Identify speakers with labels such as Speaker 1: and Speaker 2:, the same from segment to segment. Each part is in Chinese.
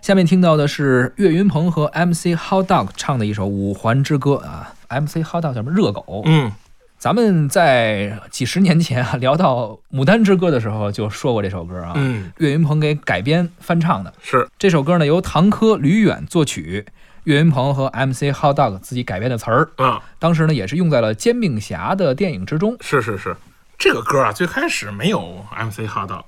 Speaker 1: 下面听到的是岳云鹏和 MC Hot Dog 唱的一首《五环之歌》啊，MC Hot Dog 叫什么？热狗。
Speaker 2: 嗯，
Speaker 1: 咱们在几十年前啊聊到《牡丹之歌》的时候就说过这首歌啊，
Speaker 2: 嗯，
Speaker 1: 岳云鹏给改编翻唱的。
Speaker 2: 是，
Speaker 1: 这首歌呢由唐珂、吕远作曲，岳云鹏和 MC Hot Dog 自己改编的词儿。
Speaker 2: 嗯，
Speaker 1: 当时呢也是用在了《煎饼侠》的电影之中。
Speaker 2: 是是是，这个歌啊，最开始没有 MC 哈道，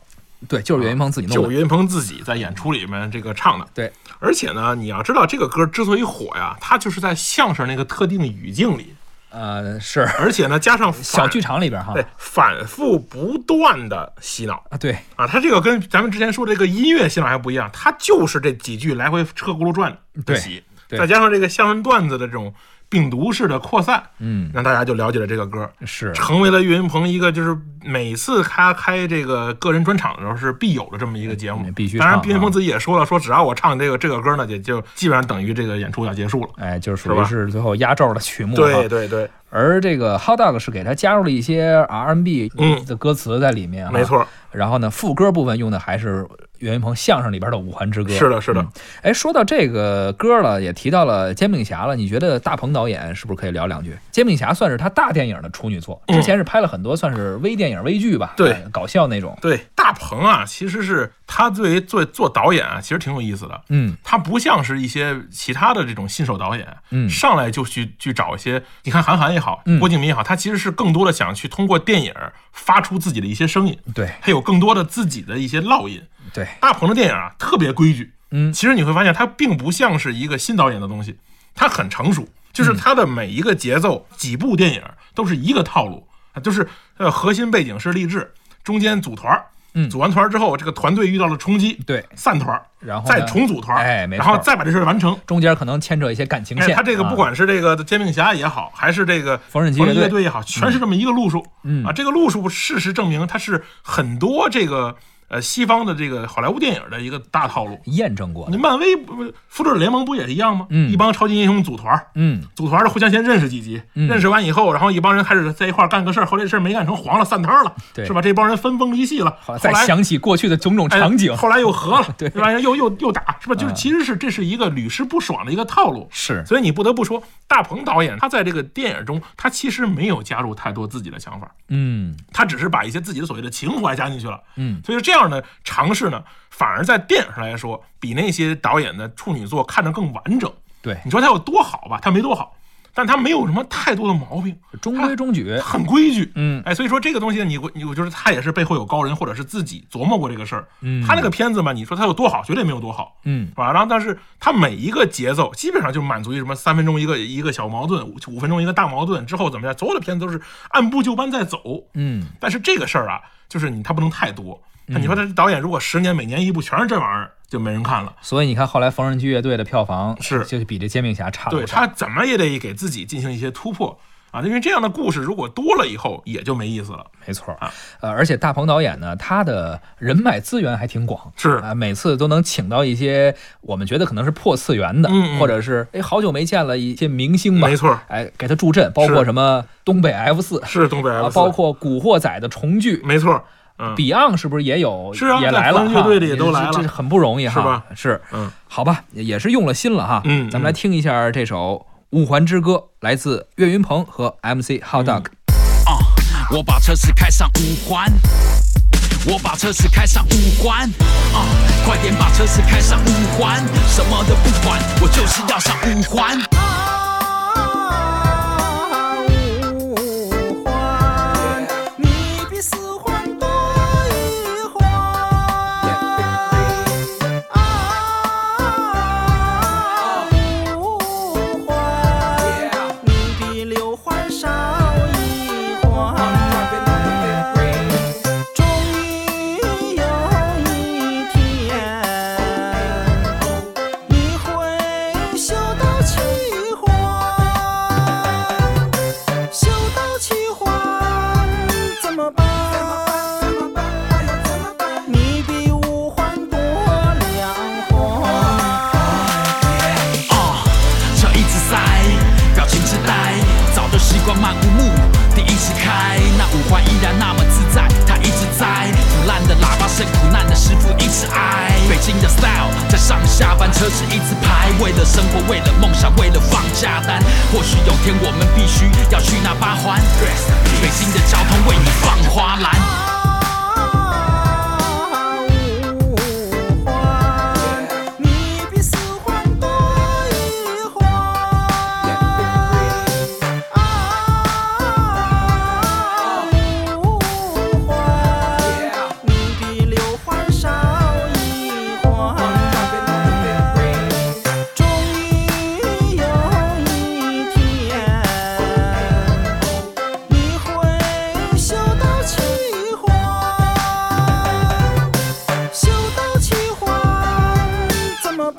Speaker 1: 对，就是岳云鹏自己弄
Speaker 2: 就
Speaker 1: 的。
Speaker 2: 岳云鹏自己在演出里面这个唱的。
Speaker 1: 对，
Speaker 2: 而且呢，你要知道这个歌之所以火呀，它就是在相声那个特定的语境里，
Speaker 1: 呃，是
Speaker 2: 而且呢，加上反
Speaker 1: 小剧场里啊边哈。
Speaker 2: 对反复不断的洗脑
Speaker 1: 啊，对，
Speaker 2: 啊，它这个跟咱们之前说这个音乐洗脑还不一样，它就是这几句来回车轱辘转的洗，
Speaker 1: 对对
Speaker 2: 再加上这个相声段子的这种病毒式的扩散，
Speaker 1: 嗯，
Speaker 2: 让大家就了解了这个歌。
Speaker 1: 是
Speaker 2: 成为了岳云鹏一个就是每次他开这个个人专场的时候是必有的这么一个节目
Speaker 1: 嗯，必须
Speaker 2: 当然，
Speaker 1: 唱
Speaker 2: 岳云
Speaker 1: 啊
Speaker 2: 鹏自己也说了，说只要我唱这个这个歌呢，也就基本上等于这个演出要结束了。
Speaker 1: 哎，就是
Speaker 2: 是
Speaker 1: 属于
Speaker 2: 吧
Speaker 1: 是最后压轴的曲目哈。
Speaker 2: 对对对，
Speaker 1: 而这个 Hot Dog 是给他加入了一些 R&B
Speaker 2: 嗯
Speaker 1: 的歌词在里面、
Speaker 2: 没。错，
Speaker 1: 然后呢，副歌部分用的还是岳云鹏相声里边的《五环之歌》。
Speaker 2: 是的，是的。
Speaker 1: 哎，说到这个歌了，也提到了《煎饼侠》了，你觉得大鹏导演是不是可以聊两句？《煎饼侠》算是他大电影的处女作，
Speaker 2: 嗯
Speaker 1: 之前是拍了很多算是微电影、微剧吧，
Speaker 2: 对
Speaker 1: 哎搞笑那种。
Speaker 2: 对，大鹏啊，其实是他作为做做导演啊，其实挺有意思的。
Speaker 1: 嗯
Speaker 2: 他不像是一些其他的这种新手导演，
Speaker 1: 嗯
Speaker 2: 上来就去去找一些，你看韩寒也好
Speaker 1: 嗯，
Speaker 2: 郭敬明也好，他其实是更多的想去通过电影发出自己的一些声音，
Speaker 1: 对
Speaker 2: 他有更多的自己的一些烙印。
Speaker 1: 对，
Speaker 2: 大鹏的电影啊，特别规矩。
Speaker 1: 嗯
Speaker 2: 其实你会发现，它并不像是一个新导演的东西，它很成熟，就是它的每一个节奏、几部电影都是一个套路，啊就是呃核心背景是励志，中间组团儿，
Speaker 1: 嗯
Speaker 2: 组完团儿之后，这个团队遇到了冲击，
Speaker 1: 对，
Speaker 2: 散团儿，
Speaker 1: 然后呢
Speaker 2: 再重组团儿，
Speaker 1: 哎没
Speaker 2: 然
Speaker 1: 错
Speaker 2: 后再把这事儿完成。
Speaker 1: 中间可能牵扯一些感情
Speaker 2: 哎，
Speaker 1: 线。
Speaker 2: 他这个不
Speaker 1: 啊
Speaker 2: 管是这个煎饼侠也好，还是这个
Speaker 1: 缝纫机乐队
Speaker 2: 乐队也好，全是这么一个路数。
Speaker 1: 嗯
Speaker 2: 啊，这个路数事实证明，它是很多这个呃西方的这个好莱坞电影的一个大套路。
Speaker 1: 验证过
Speaker 2: 你
Speaker 1: 的，
Speaker 2: 漫威不不复仇者联盟不也是一样吗？
Speaker 1: 嗯
Speaker 2: 一帮超级英雄组团儿，
Speaker 1: 嗯，
Speaker 2: 组团儿的互相先认识几集，
Speaker 1: 嗯
Speaker 2: 认识完以后，然后一帮人开始在一块儿干个事儿，后来这事儿没干成，黄了散摊儿了，
Speaker 1: 对
Speaker 2: 是吧？这帮人分崩离析了，后
Speaker 1: 好，
Speaker 2: 来
Speaker 1: 再想起过去的种种
Speaker 2: 哎
Speaker 1: 场景，
Speaker 2: 后来又和了，
Speaker 1: 对
Speaker 2: 这玩意儿又又又打，是吧？就是
Speaker 1: 嗯
Speaker 2: 其实是这是一个屡试不爽的一个套路。
Speaker 1: 是
Speaker 2: 所以你不得不说，大鹏导演他在这个电影中，他其实没有加入太多自己的想法，
Speaker 1: 嗯
Speaker 2: 他只是把一些自己的所谓的情怀加进去了。
Speaker 1: 嗯，
Speaker 2: 所以这样的尝试呢，反而在电影上来说，比那些导演的处女作看着更完整。
Speaker 1: 对，
Speaker 2: 你说他有多好吧？他没多好，但他没有什么太多的毛病，
Speaker 1: 中规中矩
Speaker 2: 他，很规矩。
Speaker 1: 嗯
Speaker 2: 哎，所以说这个东西呢，你我你我就是他也是背后有高人，或者是自己琢磨过这个事儿。
Speaker 1: 嗯
Speaker 2: 他那个片子嘛，你说他有多好，绝对没有多好。
Speaker 1: 嗯
Speaker 2: 是吧？啊然后，但是他每一个节奏基本上就满足于什么三分钟一个一个小矛盾，五五分钟一个大矛盾，之后怎么样？所有的片子都是按部就班在走。
Speaker 1: 嗯，
Speaker 2: 但是这个事儿啊，就是你他不能太多。那你说他导演如果十年每年一部全是这玩意儿，就没人看了。
Speaker 1: 所以你看后来缝纫机乐队的票房
Speaker 2: 是
Speaker 1: 就是比这煎饼侠差不
Speaker 2: 对
Speaker 1: 多少，
Speaker 2: 他怎么也得给自己进行一些突破啊，因为这样的故事如果多了以后也就没意思了。
Speaker 1: 没错
Speaker 2: 啊，
Speaker 1: 呃，而且大鹏导演呢，他的人脉资源还挺广。
Speaker 2: 是，
Speaker 1: 啊，每次都能请到一些我们觉得可能是破次元的，
Speaker 2: 嗯嗯
Speaker 1: 或者是哎好久没见了一些明星吧，
Speaker 2: 没错，
Speaker 1: 哎给他助阵，包括
Speaker 2: 是
Speaker 1: 什么东北 F 四
Speaker 2: 是东北 F
Speaker 1: 啊，
Speaker 2: 四
Speaker 1: 包括《古惑仔》的重聚，
Speaker 2: 没错，嗯，
Speaker 1: Beyond 是不是也有？
Speaker 2: 是啊
Speaker 1: 也来了
Speaker 2: 在
Speaker 1: 哈，
Speaker 2: 红乐队里也都来了
Speaker 1: 这这这很不容易哈，
Speaker 2: 是吧？
Speaker 1: 是，
Speaker 2: 嗯，
Speaker 1: 好吧，也也是用了心了哈。
Speaker 2: 嗯
Speaker 1: 咱们来听一下这首《五环之歌》，来自岳云鹏和 MC Hot Dog。
Speaker 2: 嗯
Speaker 3: 啊、我把车子开上五环，我把车子开上五环，啊、快点把车子开上五环，什么都不管，我就是要上五环。
Speaker 4: 啊，五环，你比四环多一环。啊，五环，你比六环少一环。终于有一天，你会修到七
Speaker 3: 最苦难的师傅一直挨。北京的 style 在上下班车是一字排，为了生活，为了梦想，为了放假单。或许有天我们必须要去那八环，北京的交通为你放花篮。
Speaker 4: 啊，五环，你比四环多一环。啊，五环，你比六环少一环。终于有一天，你会修到七环，修到七环怎么办？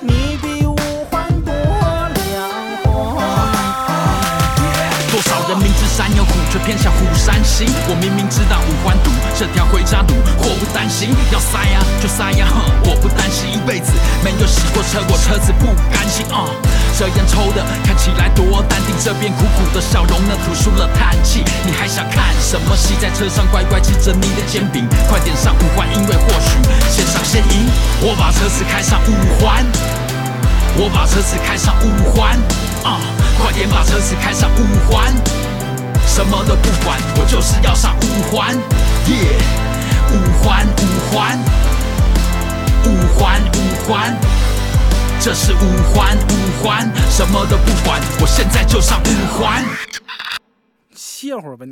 Speaker 4: 你比五环多两环。
Speaker 3: 多少人明知山有虎，却偏向虎山行。我明明知道五环堵，这条回家路祸不单行。要塞呀、就塞呀、哼，我不担心，一辈子没有洗过车，我车子不甘心啊。这样抽的看起来多淡定，这边苦苦的笑容呢吐出了叹气。你还想看什么戏？在车上乖乖吃着你的煎饼，快点上五环，因为或许先上先赢。我把车子开上五环。我把车子开上五环，啊、快点把车子开上五环，什么都不管，我就是要上五环，耶、五环五环，五环五环，这是五环五环，什么都不管，我现在就上五环。
Speaker 5: 歇会儿吧。